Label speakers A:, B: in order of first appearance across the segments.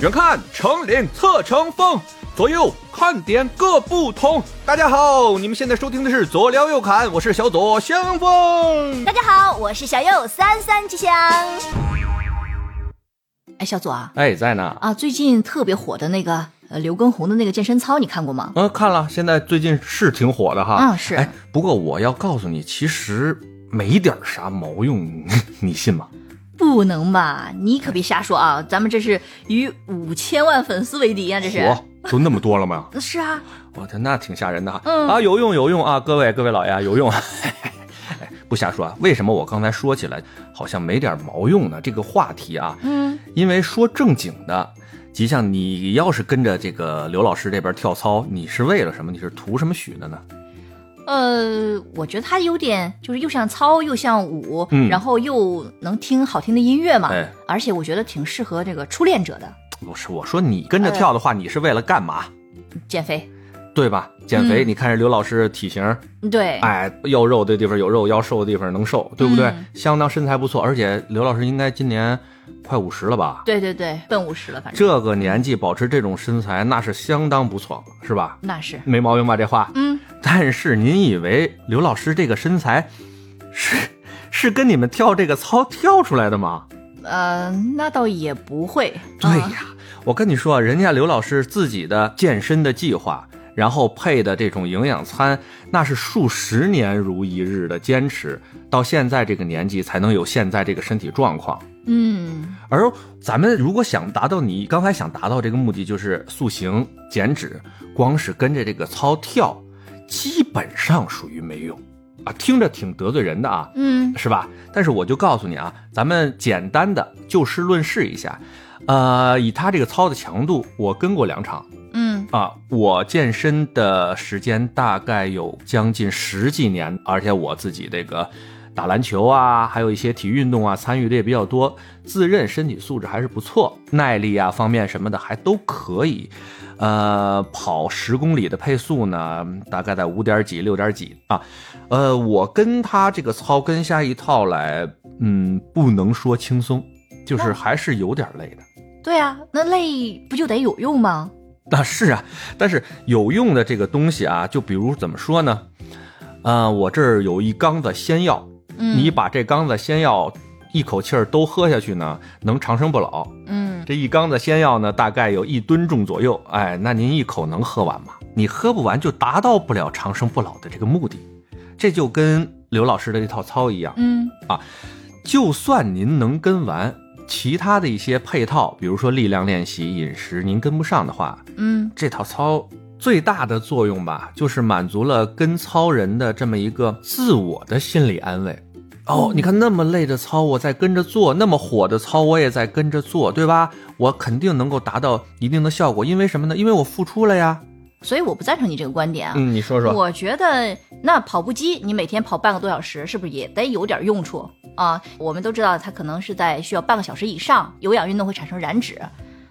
A: 远看成岭侧成峰，左右看点各不同。大家好，你们现在收听的是左聊右侃，我是小左香风。
B: 大家好，我是小右三三吉祥。哎，小左啊，
A: 哎，在呢。
B: 啊，最近特别火的那个呃刘畊宏的那个健身操，你看过吗？
A: 嗯，看了，现在最近是挺火的哈。
B: 嗯是
A: 哎，不过我要告诉你，其实没点儿啥毛用，你 信吗？
B: 不能吧，你可别瞎说啊！咱们这是与五千万粉丝为敌呀、啊这是。
A: 火就那么多了吗？
B: 是啊，
A: 我天，哦那挺吓人的哈！
B: 嗯
A: 啊，有用有用啊，各位各位老爷啊 有用。哎不瞎说啊，为什么我刚才说起来好像没点毛用呢？这个话题啊，
B: 嗯，
A: 因为说正经的，吉祥，你要是跟着这个刘老师这边跳操，你是为了什么？你是图什么许的呢？
B: 呃，我觉得他有点就是又像操又像舞，
A: 嗯
B: 然后又能听好听的音乐嘛，
A: 哎
B: 而且我觉得挺适合这个初恋者的
A: 不是，我说你跟着
B: 哎
A: 跳的话，你是为了干嘛？
B: 减肥。
A: 对吧？减肥，
B: 嗯
A: 你看这刘老师体型，
B: 对，
A: 哎，要肉的地方有肉，要瘦的地方能瘦，对不对？
B: 嗯
A: 相当身材不错，而且刘老师应该今年快五十了吧？
B: 对对对，奔五十了，反正
A: 这个年纪保持这种身材，那是相当不错，是吧？
B: 那是，
A: 没毛病吧？这话。
B: 嗯，
A: 但是您以为刘老师这个身材是是跟你们跳这个操跳出来的吗？
B: 呃，那倒也不会。
A: 对
B: 啊
A: 呀，我跟你说啊，人家刘老师自己的健身的计划，然后配的这种营养餐，那是数十年如一日的坚持，到现在这个年纪才能有现在这个身体状况。
B: 嗯，
A: 而咱们如果想达到你刚才想达到这个目的，就是塑形减脂，光是跟着这个操跳，基本上属于没用啊。听着挺得罪人的啊，
B: 嗯，
A: 是吧？但是我就告诉你啊，咱们简单的就事论事一下。呃，以他这个操的强度，我跟过两场
B: 嗯，
A: 啊。我健身的时间大概有将近十几年，而且我自己这个打篮球啊，还有一些体育运动啊，参与的也比较多，自认身体素质还是不错，耐力啊方面什么的还都可以。呃，跑十公里的配速呢，大概在五点几、六点几啊。呃，我跟他这个操跟下一套来，嗯，不能说轻松，就是还是有点累的。
B: 对啊，那累不就得有用吗？
A: 啊，是啊，但是有用的这个东西啊，就比如怎么说呢？呃，我这儿有一缸子仙药，
B: 嗯，
A: 你把这缸子仙药一口气儿都喝下去呢，能长生不老。
B: 嗯，
A: 这一缸子仙药呢，大概有一吨重左右。哎，那您一口能喝完吗？你喝不完就达到不了长生不老的这个目的。这就跟刘老师的这套操一样，
B: 嗯，
A: 就算您能跟完，其他的一些配套，比如说力量练习、饮食，您跟不上的话，
B: 嗯，
A: 这套操最大的作用吧，就是满足了跟操人的这么一个自我的心理安慰。哦，你看那么累的操，我在跟着做；那么火的操，我也在跟着做，对吧？我肯定能够达到一定的效果，因为什么呢？因为我付出了呀。
B: 所以我不赞成你这个观点啊。
A: 嗯，你说说，
B: 我觉得那跑步机，你每天跑半个多小时，是不是也得有点用处啊？我们都知道它可能是在需要半个小时以上，有氧运动会产生燃脂。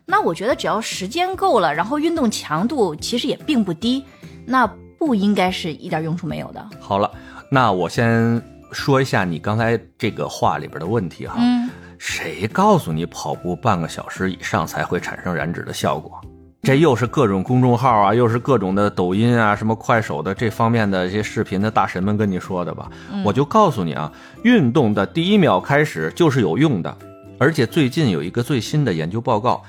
B: 那我觉得只要时间够了，然后运动强度其实也并不低，那不应该是一点用处没有的。
A: 好了，那我先说一下你刚才这个话里边的问题哈。
B: 嗯，
A: 谁告诉你跑步半个小时以上才会产生燃脂的效果？这又是各种公众号啊，又是各种的抖音啊，什么快手的这方面的这些视频的大神们跟你说的吧？我就告诉你啊，运动的第一秒开始就是有用的，而且最近有一个最新的研究报告，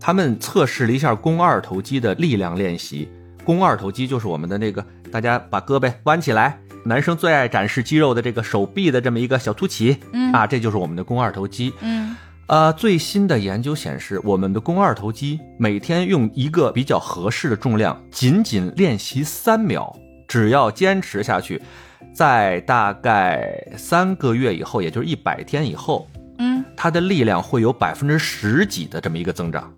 A: 他们测试了一下肱二头肌的力量练习。肱二头肌就是我们的那个，大家把胳膊弯起来，男生最爱展示肌肉的这个手臂的这么一个小凸起，
B: 嗯
A: 啊，这就是我们的肱二头肌。
B: 嗯
A: 呃，最新的研究显示，我们的肱二头肌每天用一个比较合适的重量，仅仅练习三秒，只要坚持下去，在大概三个月以后，也就是一百天以后，
B: 嗯，
A: 它的力量会有百分之十几的这么一个增长。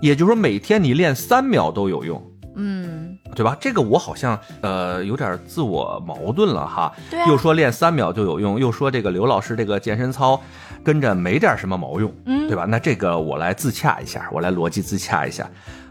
A: 也就是说，每天你练三秒都有用，
B: 嗯，
A: 对吧？这个我好像呃有点自我矛盾了哈。
B: 对啊
A: 又说练三秒就有用，又说这个刘老师这个健身操跟着没点什么毛用，
B: 嗯
A: 对吧？那这个我来自洽一下，我来逻辑自洽一下。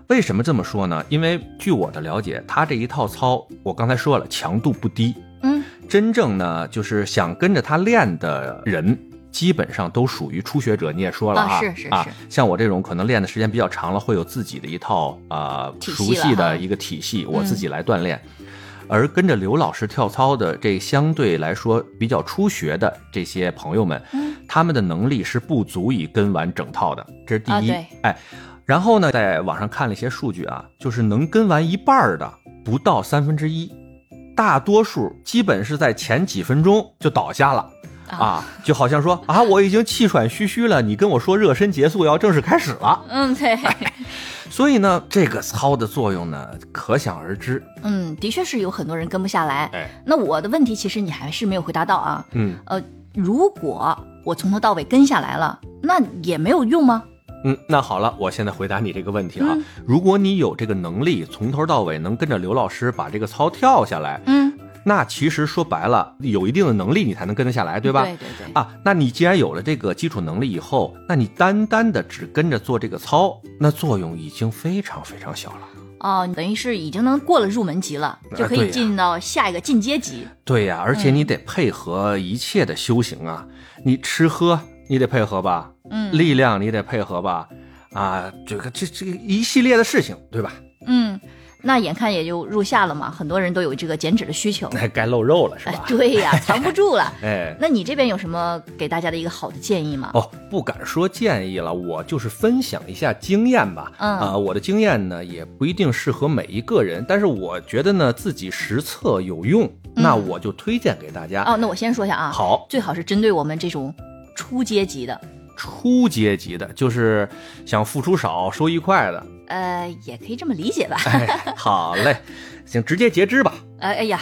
A: 为什么这么说呢？因为据我的了解，他这一套操，我刚才说了，强度不低。
B: 嗯
A: 真正呢，就是想跟着他练的人，基本上都属于初学者。你也说了
B: 啊
A: 啊，
B: 是是
A: 啊
B: 是
A: 像我这种可能练的时间比较长了，会有自己的一套啊、呃
B: 体系
A: 熟悉
B: 了哈
A: 的一个体系，
B: 嗯
A: 我自己来锻炼。而跟着刘老师跳操的这相对来说比较初学的这些朋友们，他们的能力是不足以跟完整套的，这是第
B: 啊
A: 一。
B: 对
A: 哎，然后呢，在网上看了一些数据啊，就是能跟完一半儿的不到三分之一，大多数基本是在前几分钟就倒下了。
B: 啊
A: 啊，就好像说啊，我已经气喘吁吁了，你跟我说热身结束要正式开始了，
B: 嗯，对，
A: 哎所以呢，这个操的作用呢，可想而知。
B: 嗯，的确是有很多人跟不下来。
A: 哎，
B: 那我的问题其实你还是没有回答到啊。
A: 嗯
B: 呃，如果我从头到尾跟下来了，那也没有用吗？
A: 嗯，那好了，我现在回答你这个问题啊，
B: 嗯
A: 如果你有这个能力，从头到尾能跟着刘老师把这个操跳下来，
B: 嗯，
A: 那其实说白了，有一定的能力你才能跟得下来，对吧？
B: 对对对。
A: 啊，那你既然有了这个基础能力以后，那你单单的只跟着做这个操，那作用已经非常非常小了。
B: 哦，等于是已经能过了入门级了，就可
A: 啊对
B: 以
A: 呀
B: 进到下一个进阶级。
A: 对呀、而
B: 嗯
A: 且你得配合一切的修行啊，你吃喝你得配合吧，
B: 嗯
A: 力量你得配合吧，啊，这个这这个一系列的事情，对吧？
B: 嗯，那眼看也就入夏了嘛，很多人都有这个减脂的需求。
A: 哎，该露肉了是
B: 哎
A: 吧，？
B: 对呀，藏不住了。
A: 哎，
B: 那你这边有什么给大家的一个好的建议吗？
A: 哦，不敢说建议了，我就是分享一下经验吧。
B: 嗯
A: 啊，我的经验呢也不一定适合每一个人，但是我觉得呢自己实测有用，那我就推荐给大家。
B: 嗯哦，那我先说一下啊，
A: 好，
B: 最好是针对我们这种初阶级的，
A: 初阶级的，就是想付出少收益快的，
B: 呃，也可以这么理解吧。
A: 哎，好嘞，行，直接截肢吧。
B: 哎哎呀，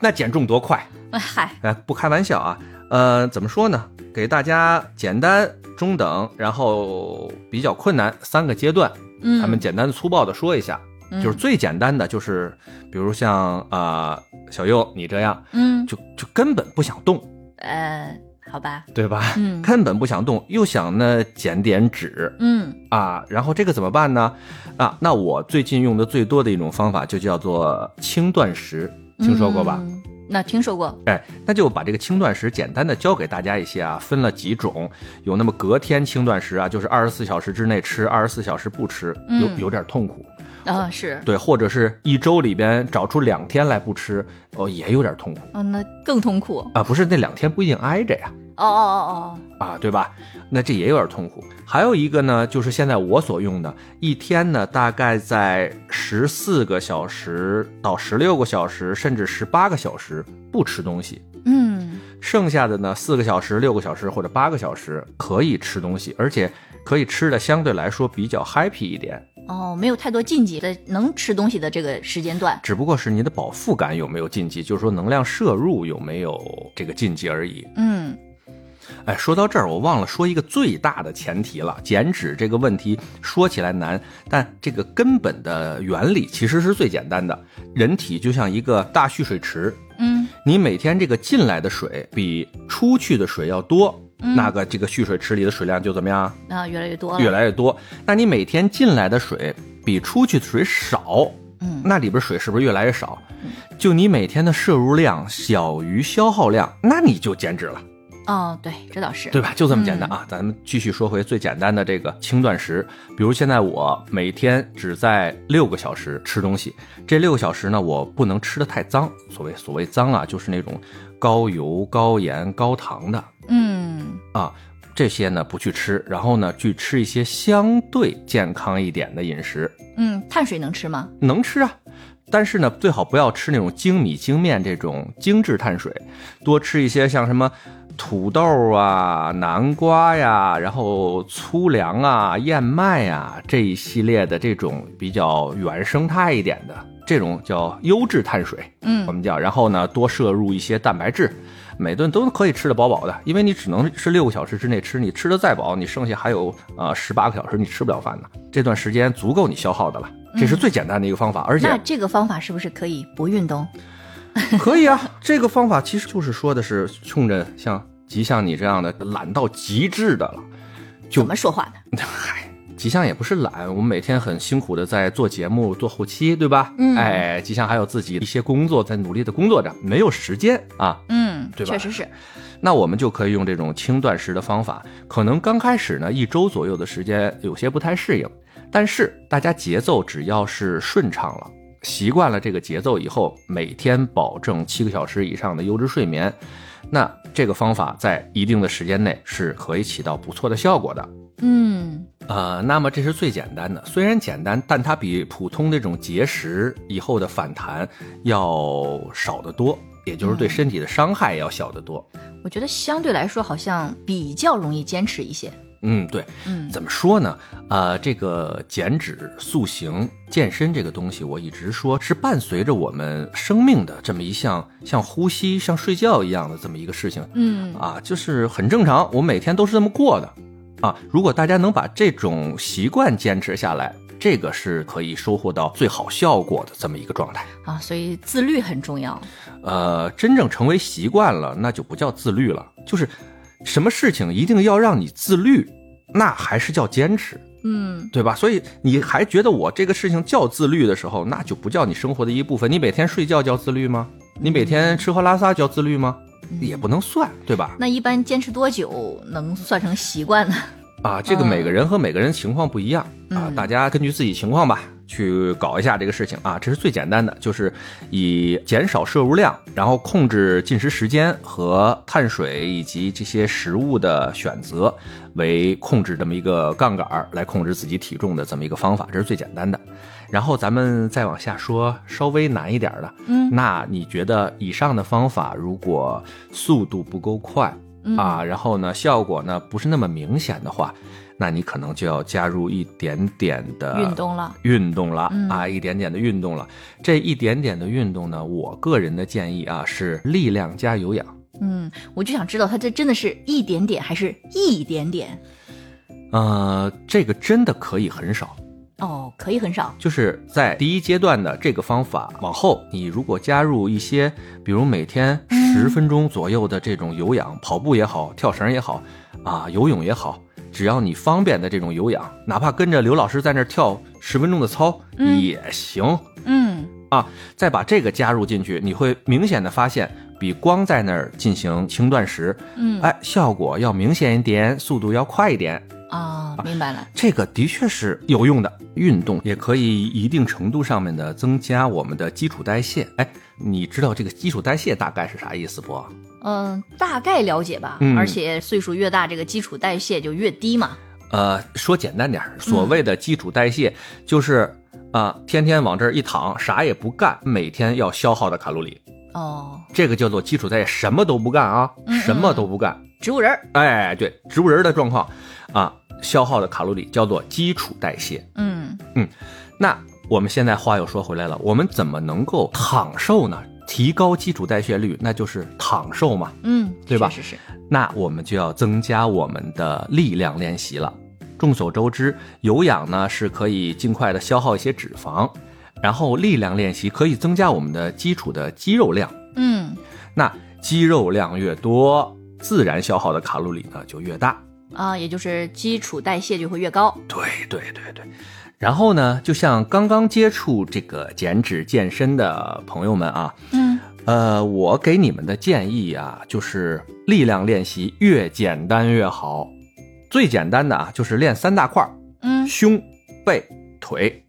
A: 那减重多快？
B: 哎嗨，
A: 哎，不开玩笑啊。呃，怎么说呢？给大家简单、中等，然后比较困难三个阶段，
B: 嗯，
A: 咱们简单粗暴的说一下。
B: 嗯
A: 就是最简单的，就是比如像啊、呃小右你这样，
B: 嗯
A: 就就根本不想动，
B: 呃，好吧，
A: 对吧？
B: 嗯
A: 根本不想动，又想呢减点脂，
B: 嗯
A: 啊，然后这个怎么办呢？啊，那我最近用的最多的一种方法就叫做轻断食，听说过吧？
B: 嗯那听说过，
A: 哎，那就把这个轻断食简单的教给大家一些啊，分了几种，有那么隔天轻断食啊，就是二十四小时之内吃，二十四小时不吃，有
B: 嗯
A: 有点痛苦，哦
B: 啊、是，
A: 对，或者是一周里边找出两天来不吃，哦，也有点痛苦
B: 嗯、那更痛苦，
A: 啊，不是那两天不一定挨着呀，
B: 哦哦哦
A: 啊，对吧？那这也有点痛苦。还有一个呢，就是现在我所用的，一天呢大概在十四个小时到十六个小时，甚至十八个小时不吃东西，
B: 哦，嗯
A: 剩下的呢四个小时、六个小时或者八个小时可以吃东西，而且可以吃的相对来说比较 happy 一点，
B: 哦，没有太多禁忌的，能吃东西的这个时间段，
A: 只不过是你的饱腹感有没有禁忌，就是说能量摄入有没有这个禁忌而已。
B: 嗯
A: 哎，说到这儿，我忘了说一个最大的前提了。减脂这个问题说起来难，但这个根本的原理其实是最简单的。人体就像一个大蓄水池，
B: 嗯
A: 你每天这个进来的水比出去的水要多，那个这个蓄水池里的水量就怎么样？
B: 啊、越来越嗯多了，
A: 越来越多。那你每天进来的水比出去的水少，
B: 嗯
A: 那里边水是不是越来越少？就你每天的摄入量小于消耗量，那你就减脂了。
B: 哦，对，这倒是，
A: 对吧？就这么简单啊！咱们继续说回最简单的这个轻断食，比如现在我每天只在六个小时吃东西，这六个小时呢，我不能吃的太脏。所谓所谓脏啊，就是那种高油、高盐、高糖的
B: 嗯
A: 啊，这些呢不去吃，然后呢去吃一些相对健康一点的饮食，
B: 嗯，碳水能吃吗？
A: 能吃啊。但是呢，最好不要吃那种精米精面这种精致碳水，多吃一些像什么土豆啊、南瓜呀，然后粗粮啊、燕麦呀这一系列的这种比较原生态一点的这种叫优质碳水，
B: 嗯
A: 我们叫。然后呢，多摄入一些蛋白质，每顿都可以吃得饱饱的，因为你只能是六个小时之内吃，你吃的再饱，你剩下还有呃十八个小时你吃不了饭呢，这段时间足够你消耗的了。这是最简单的一个方法，而且
B: 那这个方法是不是可以不运动？
A: 可以啊，这个方法其实就是说的是冲着像吉祥你这样的懒到极致的了。就
B: 怎么说话呢？
A: 嗨，吉祥也不是懒，我们每天很辛苦的在做节目、做后期，对吧？
B: 嗯
A: 哎，吉祥还有自己一些工作在努力的工作着，没有时间啊。
B: 嗯，
A: 对吧
B: 确实是，
A: 那我们就可以用这种轻断食的方法。可能刚开始呢，一周左右的时间有些不太适应，但是大家节奏只要是顺畅了。习惯了这个节奏以后，每天保证七个小时以上的优质睡眠，那这个方法在一定的时间内是可以起到不错的效果的。
B: 嗯，
A: 呃，那么这是最简单的，虽然简单，但它比普通这种节食以后的反弹要少得多，也就是对身体的伤害要小得多。
B: 我觉得相对来说好像比较容易坚持一些。
A: 嗯，对，
B: 嗯
A: 怎么说呢？呃，这个减脂、塑形、健身这个东西，我一直说是伴随着我们生命的这么一项像呼吸、像睡觉一样的这么一个事情
B: 嗯
A: 啊，就是很正常，我们每天都是这么过的啊。如果大家能把这种习惯坚持下来，这个是可以收获到最好效果的这么一个状态。
B: 啊，所以自律很重要。
A: 呃，真正成为习惯了，那就不叫自律了，就是什么事情一定要让你自律，那还是叫坚持。
B: 嗯
A: 对吧？所以你还觉得我这个事情叫自律的时候，那就不叫你生活的一部分。你每天睡觉叫自律吗？你每天吃喝拉撒叫自律吗？也不能算，对吧？
B: 那一般坚持多久能算成习惯呢？
A: 啊，这个每个人和每个人情况不一样啊，
B: 嗯
A: 大家根据自己情况吧，去搞一下这个事情啊，这是最简单的，就是以减少摄入量，然后控制进食时间和碳水以及这些食物的选择为控制这么一个杠杆儿来控制自己体重的这么一个方法，这是最简单的。然后咱们再往下说，稍微难一点儿的，
B: 嗯
A: 那你觉得以上的方法如果速度不够快，
B: 嗯
A: 啊，然后呢，效果呢不是那么明显的话，那你可能就要加入一点点的
B: 运动了。
A: 运动了、
B: 嗯
A: 啊，一点点的运动了。这一点点的运动呢，我个人的建议啊是力量加有氧。
B: 嗯，我就想知道它这真的是一点点还是一点点？
A: 呃，这个真的可以很少，
B: 哦，可以很少。
A: 就是在第一阶段的这个方法往后，你如果加入一些，比如每天十分钟左右的这种有氧、
B: 嗯
A: 跑步也好，跳绳也好，啊，游泳也好，只要你方便的这种有氧，哪怕跟着刘老师在那儿跳十分钟的操、
B: 嗯
A: 也行。
B: 嗯
A: 再把这个加入进去，你会明显的发现，比光在那儿进行轻断食，
B: 嗯
A: 哎，效果要明显一点，速度要快一点，
B: 啊，明白了。
A: 这个的确是有用的，运动也可以一定程度上面的增加我们的基础代谢。哎，你知道这个基础代谢大概是啥意思不？
B: 嗯，大概了解吧。
A: 嗯
B: 而且岁数越大，这个基础代谢就越低嘛。
A: 呃，说简单点儿，所谓的基础代谢就是啊、天天往这儿一躺，啥也不干，每天要消耗的卡路里，
B: 哦，
A: 这个叫做基础代谢，什么都不干啊，
B: 嗯
A: 什么都不干。
B: 植物人儿。
A: 哎，对，植物人的状况啊，消耗的卡路里叫做基础代谢。
B: 嗯
A: 那我们现在话又说回来了，我们怎么能够躺瘦呢？提高基础代谢率，那就是躺瘦嘛。
B: 嗯，
A: 对吧
B: 是是是。
A: 那我们就要增加我们的力量练习了。众所周知，有氧呢是可以尽快的消耗一些脂肪，然后力量练习可以增加我们的基础的肌肉量。
B: 嗯
A: 那肌肉量越多，自然消耗的卡路里呢就越大。
B: 啊，也就是基础代谢就会越高。
A: 对对对对。然后呢，就像刚刚接触这个减脂健身的朋友们啊，
B: 嗯
A: 呃，我给你们的建议啊，就是力量练习越简单越好。最简单的啊，就是练三大块儿：
B: 嗯
A: 胸、背、腿，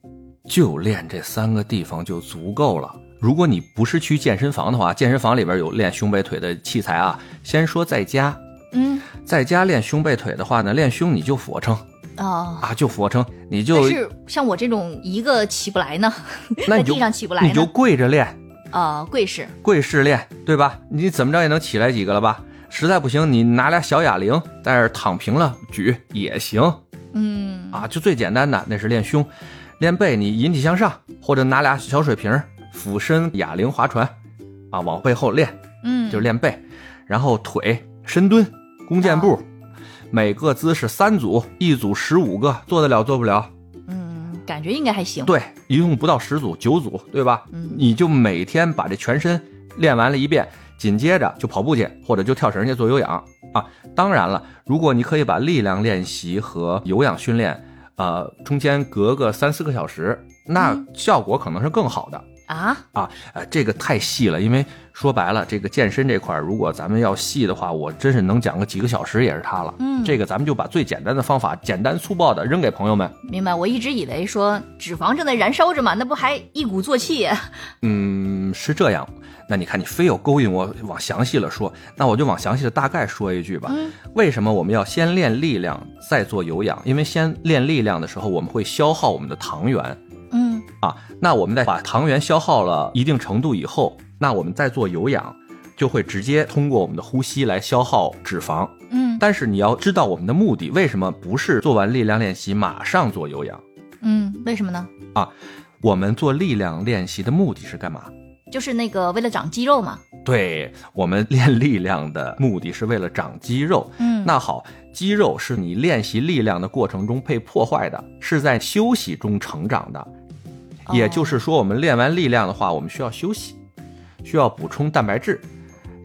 A: 就练这三个地方就足够了。如果你不是去健身房的话，健身房里边有练胸背腿的器材啊。先说在家，
B: 嗯
A: 在家练胸背腿的话呢，练胸你就俯卧撑
B: 哦。
A: 啊，就俯卧撑，你
B: 但
A: 就是
B: 像我这种一个起不来呢，
A: 那
B: 在
A: 你就
B: 地上起不来呢，
A: 你就跪着练，
B: 啊、跪式，
A: 跪式练，对吧？你怎么着也能起来几个了吧？实在不行，你拿俩小哑铃在那儿躺平了举也行
B: 嗯
A: 啊，就最简单的那是练胸，练背你引体向上，或者拿俩小水瓶儿俯身哑铃划船，啊，往背后练
B: 嗯，
A: 就是练背，然后腿深蹲、弓箭步，每个姿势三组，一组十五个，做得了做不了
B: 嗯，感觉应该还行，，
A: 对，一共不到十组，九组，对吧？
B: 嗯
A: 你就每天把这全身练完了一遍，紧接着就跑步去，或者就跳绳去做有氧啊。当然了，如果你可以把力量练习和有氧训练，呃，中间隔个三四个小时，那
B: 嗯
A: 效果可能是更好的。
B: 啊，
A: 啊，呃，这个太细了，因为说白了，这个健身这块儿，如果咱们要细的话，我真是能讲个几个小时也是它了。
B: 嗯
A: 这个咱们就把最简单的方法，简单粗暴的扔给朋友们。
B: 明白。我一直以为说脂肪正在燃烧着嘛，那不还一鼓作气？
A: 嗯，是这样。那你看，你非要勾引我往详细了说，那我就往详细的大概说一句吧。
B: 嗯
A: 为什么我们要先练力量，再做有氧？因为先练力量的时候，我们会消耗我们的糖原。
B: 嗯
A: 啊，那我们在把糖原消耗了一定程度以后，那我们再做有氧，就会直接通过我们的呼吸来消耗脂肪。
B: 嗯
A: 但是你要知道我们的目的，为什么不是做完力量练习马上做有氧？
B: 嗯，为什么呢？
A: 我们做力量练习的目的是干嘛？
B: 就是那个为了长肌肉嘛。
A: 对我们练力量的目的是为了长肌肉。
B: 嗯
A: 那好，肌肉是你练习力量的过程中被破坏的，是在休息中成长的。也就是说，我们练完力量的话，我们需要休息，需要补充蛋白质，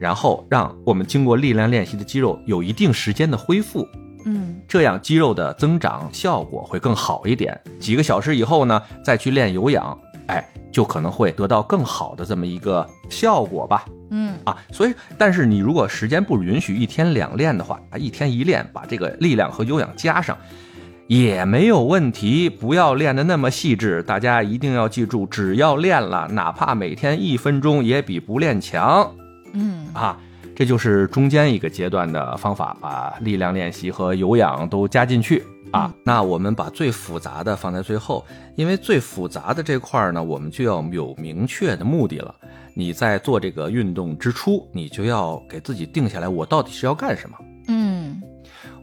A: 然后让我们经过力量练习的肌肉有一定时间的恢复，
B: 嗯
A: 这样肌肉的增长效果会更好一点。几个小时以后呢，再去练有氧，哎，就可能会得到更好的这么一个效果吧。
B: 嗯
A: 啊，所以，但是你如果时间不允许一天两练的话，啊，一天一练，把这个力量和有氧加上，也没有问题。不要练得那么细致，大家一定要记住，只要练了，哪怕每天一分钟，也比不练强
B: 嗯
A: 啊。这就是中间一个阶段的方法，把力量练习和有氧都加进去啊
B: 嗯。
A: 那我们把最复杂的放在最后，因为最复杂的这块儿呢，我们就要有明确的目的了。你在做这个运动之初，你就要给自己定下来，我到底是要干什么？
B: 嗯，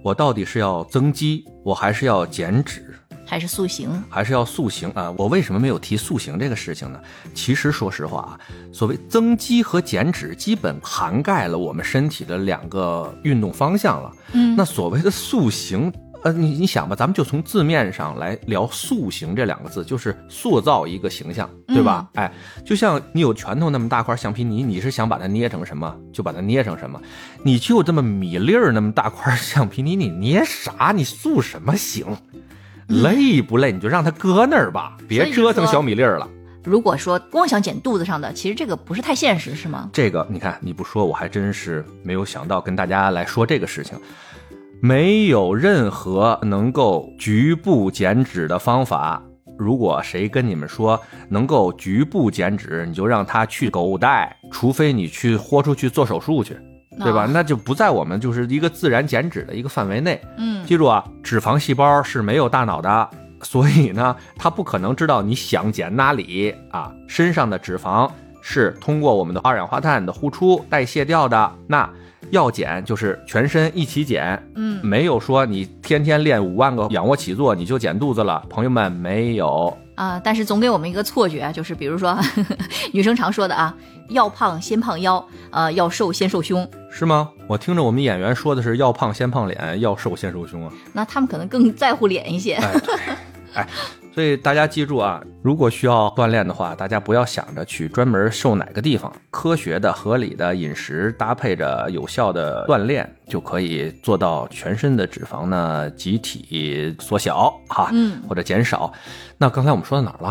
A: 我到底是要增肌，我还是要减脂，
B: 还是塑形。
A: 还是要塑形啊？我为什么没有提塑形这个事情呢？其实说实话啊，所谓增肌和减脂，基本涵盖了我们身体的两个运动方向了。
B: 嗯
A: 那所谓的塑形，呃，你你想吧，咱们就从字面上来聊“塑形”这两个字，就是塑造一个形象，对吧？
B: 嗯
A: 哎，就像你有拳头那么大块橡皮泥，你是想把它捏成什么就把它捏成什么，你就这么米粒儿那么大块橡皮泥，你捏啥？你塑什么形？累不累？你就让它搁那儿吧，别
B: 嗯所以
A: 折腾
B: 说
A: 小米粒儿了。
B: 如果说光想减肚子上的，其实这个不是太现实，是吗？
A: 这个你看，你不说我还真是没有想到跟大家来说这个事情。没有任何能够局部减脂的方法。如果谁跟你们说能够局部减脂，你就让他去狗带，除非你去豁出去做手术去，对吧？
B: 啊
A: 那就不在我们就是一个自然减脂的一个范围内。
B: 嗯
A: 记住啊，脂肪细胞是没有大脑的， 所以呢，它不可能知道你想减哪里啊。身上的脂肪是通过我们的二氧化碳的呼出代谢掉的，那要减就是全身一起减，
B: 嗯
A: 没有说你天天练五万个仰卧起坐你就减肚子了，朋友们没有。
B: 啊，但是总给我们一个错觉，就是比如说 女生常说的啊，要胖先胖腰，呃，要瘦先瘦胸。
A: 是吗？我听着我们演员说的是要胖先胖脸，要瘦先瘦胸啊。
B: 那他们可能更在乎脸一些。
A: 哎，对，哎，所以大家记住啊，如果需要锻炼的话，大家不要想着去专门瘦哪个地方，科学的、合理的饮食搭配着有效的锻炼，就可以做到全身的脂肪呢集体缩小哈，
B: 嗯
A: 或者减少。那刚才我们说到哪儿了？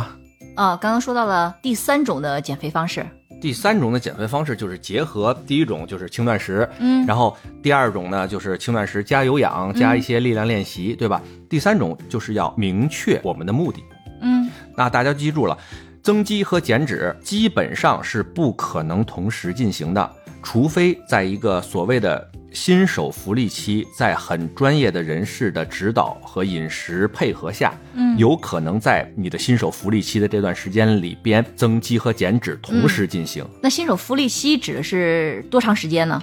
B: 啊，刚刚说到了第三种的减肥方式。
A: 第三种的减肥方式就是结合第一种就是轻断食，
B: 嗯
A: 然后第二种呢就是轻断食加有氧加一些力量练习，对吧？第三种就是要明确我们的目的。
B: 嗯
A: 那大家记住了，增肌和减脂基本上是不可能同时进行的，除非在一个所谓的新手福利期，在很专业的人士的指导和饮食配合下，
B: 嗯
A: 有可能在你的新手福利期的这段时间里边，增肌和减脂同时进行。
B: 那新手福利期指的是多长时间呢？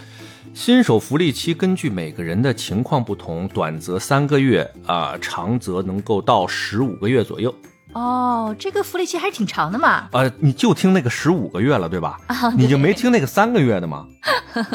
A: 新手福利期根据每个人的情况不同，短则三个月啊、长则能够到十五个月左右。
B: 哦，这个福利期还是挺长的嘛。
A: 呃，你就听那个十五个月了，对吧？你就没听那个三个月的吗？啊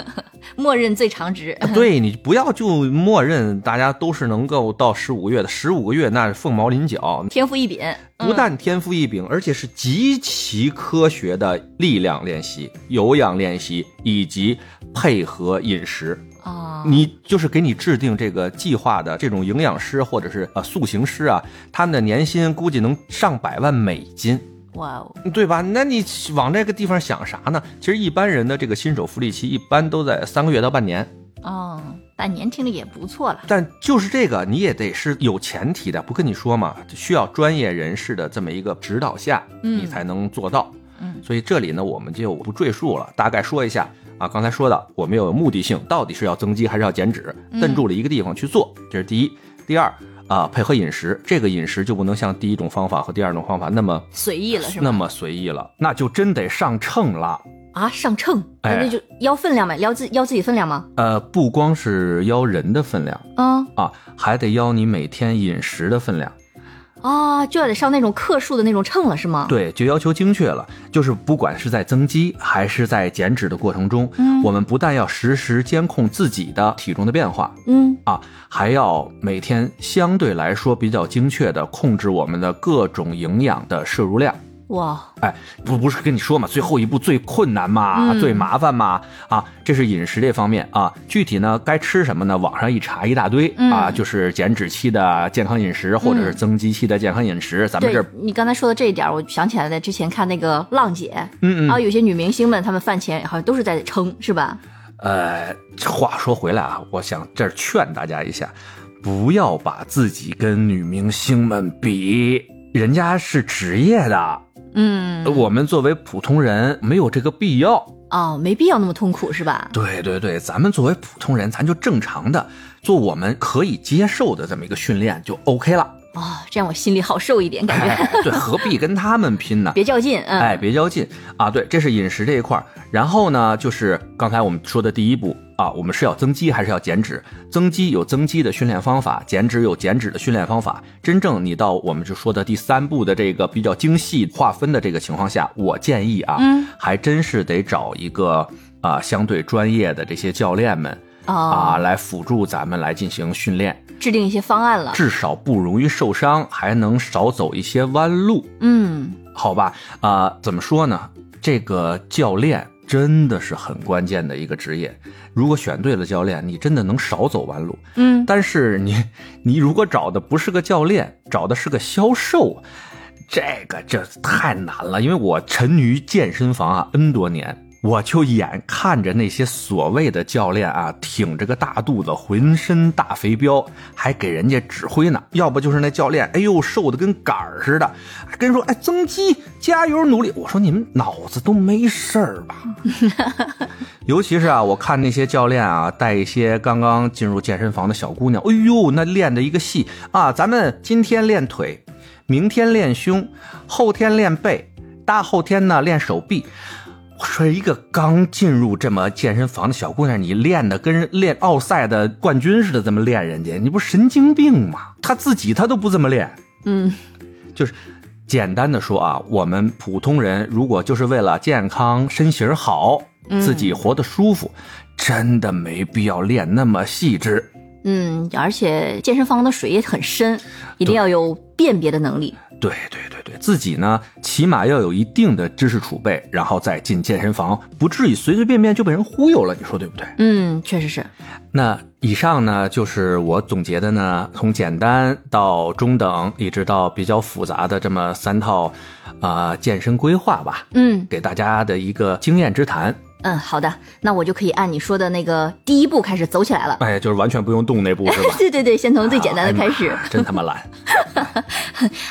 B: 默认最长值。
A: 对你不要就默认大家都是能够到十五个月的，十五个月那是凤毛麟角，
B: 天赋异禀，嗯
A: 不但天赋异禀，而且是极其科学的力量练习、有氧练习以及配合饮食。
B: 啊，
A: 你就是给你制定这个计划的这种营养师或者是呃塑形师啊，他们的年薪估计能上百万美金。
B: 哇哦，
A: 对吧？那你往这个地方想啥呢？其实一般人的这个新手福利期一般都在三个月到半年，
B: 哦，半年听着也不错了。
A: 但就是这个你也得是有前提的，不跟你说嘛，需要专业人士的这么一个指导下，
B: 嗯
A: 你才能做到。
B: 嗯
A: 所以这里呢，我们就不赘述了，大概说一下啊，刚才说的，我们要有目的性，到底是要增肌还是要减脂，
B: 嗯
A: 摁住了一个地方去做，这是第一。第二啊，配合饮食，这个饮食就不能像第一种方法和第二种方法那么
B: 随意了是吧？
A: 那么随意了，那就真得上秤了。
B: 啊，上秤，那
A: 哎
B: 那就腰分量呗，腰自腰自己分量吗？
A: 呃，不光是要人的分量
B: 嗯，
A: 啊，还得要你每天饮食的分量。
B: 啊，就要得上那种克数的那种秤了是吗？
A: 对，就要求精确了。就是不管是在增肌还是在减脂的过程中，
B: 嗯
A: 我们不但要实时监控自己的体重的变化
B: 嗯，
A: 啊，还要每天相对来说比较精确的控制我们的各种营养的摄入量。
B: 哇，
A: 哎，不不是跟你说嘛，最后一步最困难嘛，
B: 嗯
A: 最麻烦嘛，啊，这是饮食这方面啊。具体呢该吃什么呢？网上一查一大堆、
B: 嗯
A: 啊，就是减脂期的健康饮食，或者是增肌期的健康饮食。咱们
B: 对
A: 这儿，
B: 你刚才说的这一点儿，我想起来了，之前看那个浪姐，
A: 嗯
B: 啊，
A: 嗯，
B: 有些女明星们她们饭前好像都是在称，是吧？
A: 呃，话说回来啊，我想这儿劝大家一下，不要把自己跟女明星们比，人家是职业的，
B: 嗯，
A: 我们作为普通人没有这个必要。
B: 哦，没必要那么痛苦是吧？
A: 对对对，咱们作为普通人，咱就正常的做我们可以接受的这么一个训练就 OK 了。
B: 哦，这样我心里好受一点，感 觉、
A: 哎，对，何必跟他们拼呢？
B: 别较劲，嗯，
A: 哎，别较劲啊！对，这是饮食这一块儿。然后呢，就是刚才我们说的第一步啊，我们是要增肌还是要减脂？增肌有增肌的训练方法，减脂有减脂的训练方法。真正你到我们就说的第三步的这个比较精细划分的这个情况下，我建议啊，
B: 嗯
A: 还真是得找一个啊、相对专业的这些教练们。啊，
B: 哦，
A: 来辅助咱们来进行训练，
B: 制定一些方案了，
A: 至少不容易受伤，还能少走一些弯路，
B: 嗯，
A: 好吧？啊、怎么说呢？这个教练真的是很关键的一个职业，如果选对了教练，你真的能少走弯路。
B: 嗯，
A: 但是你， 你如果找的不是个教练，找的是个销售，这个这太难了。因为我沉迷于健身房啊 N 多年，我就眼看着那些所谓的教练啊，挺着个大肚子，浑身大肥膘，还给人家指挥呢。要不就是那教练，哎呦，瘦的跟杆儿似的，还跟人说哎增肌，加油努力。我说你们脑子都没事儿吧？尤其是啊，我看那些教练啊，带一些刚刚进入健身房的小姑娘，哎呦，那练的一个细啊！咱们今天练腿，明天练胸，后天练背，大后天呢练手臂。我说一个刚进入这么健身房的小姑娘，你练的跟练奥赛的冠军似的，这么练人家，你不神经病吗？她自己她都不这么练，
B: 嗯，
A: 就是简单的说啊，我们普通人如果就是为了健康、身形好，
B: 嗯
A: 自己活得舒服，真的没必要练那么细致。
B: 嗯，而且健身房的水也很深，一定要有辨别的能力。
A: 对对对对，自己呢起码要有一定的知识储备，然后再进健身房，不至于随随便便就被人忽悠了，你说对不对？
B: 嗯，确实是。
A: 那以上呢，就是我总结的呢，从简单到中等，一直到比较复杂的这么三套，啊、健身规划吧，
B: 嗯
A: 给大家的一个经验之谈。
B: 嗯，好的，那我就可以按你说的那个第一步开始走起来了。
A: 哎，就是完全不用动那 步是吧？
B: 对对对，先从最简单的开
A: 哎
B: 始
A: 呀妈呀真他妈懒。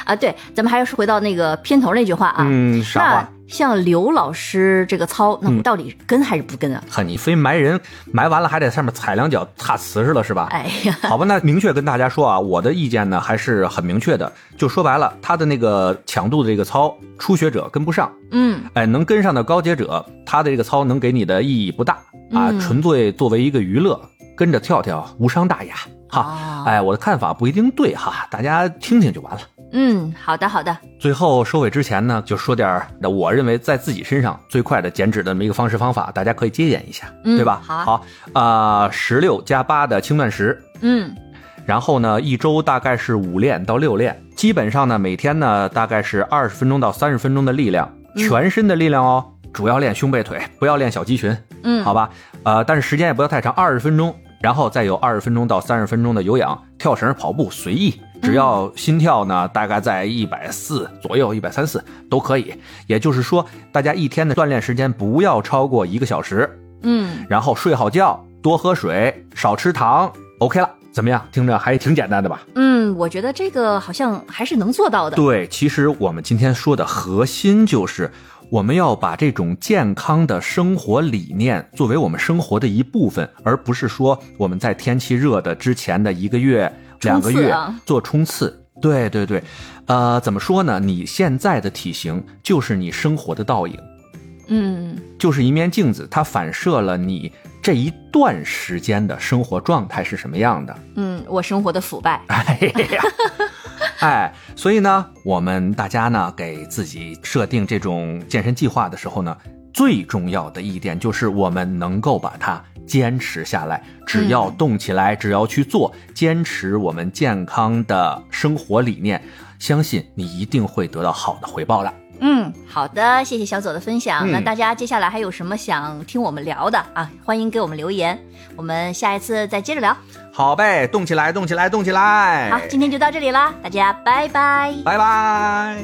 B: 啊！对，咱们还是回到那个片头那句话 啊。
A: 嗯，啥
B: 那
A: 话？
B: 像刘老师这个操，那我到底跟还是不跟啊？
A: 哼，你非埋人，埋完了还得上面踩两脚踏瓷实了是吧？
B: 哎呀，
A: 好吧，那明确跟大家说啊，我的意见呢还是很明确的，就说白了，他的那个强度的这个操，初学者跟不上，
B: 嗯
A: 哎，能跟上的高阶者，他的这个操能给你的意义不大啊，
B: 嗯
A: 纯粹作为一个娱乐，跟着跳跳无伤大雅哈。
B: 啊
A: 哎，我的看法不一定对哈，大家听听就完了。
B: 嗯，好的好的，
A: 最后收尾之前呢，就说点儿那我认为在自己身上最快的减脂的这么一个方式方法，大家可以借鉴一下，
B: 嗯
A: 对吧？
B: 好啊
A: 好啊，十六加八的轻断食，
B: 嗯
A: 然后呢，一周大概是五练到六练，基本上呢每天呢大概是二十分钟到三十分钟的力量，
B: 嗯
A: 全身的力量哦，主要练胸背腿，不要练小肌群，
B: 嗯，
A: 好吧？呃，但是时间也不要太长，二十分钟然后再有二十分钟到三十分钟的有氧、跳绳、跑步，随意，只要心跳呢大概在一百四左右，一百三四都可以。也就是说，大家一天的锻炼时间不要超过一个小时，
B: 嗯，
A: 然后睡好觉，多喝水，少吃糖，OK 了。怎么样？听着还挺简单的吧？
B: 嗯，我觉得这个好像还是能做到的。
A: 对，其实我们今天说的核心就是，我们要把这种健康的生活理念作为我们生活的一部分，而不是说我们在天气热的之前的一个月、两个
B: 冲
A: 月
B: 刺啊
A: 做冲刺。对对对，呃，怎么说呢？你现在的体型就是你生活的倒影，
B: 嗯
A: 就是一面镜子，它反射了你这一段时间的生活状态是什么样的。
B: 嗯，我生活的腐败。
A: 哎呀， 哎，所以呢，我们大家呢给自己设定这种健身计划的时候呢，最重要的一点就是我们能够把它坚持下来。只要动起来，只要去做，坚持我们健康的生活理念，相信你一定会得到好的回报的。
B: 嗯，好的，谢谢小左的分享。
A: 嗯
B: 那大家接下来还有什么想听我们聊的啊？欢迎给我们留言，我们下一次再接着聊。
A: 好呗，动起来，动起来，动起来！
B: 好，今天就到这里啦，大家拜拜。
A: 拜拜。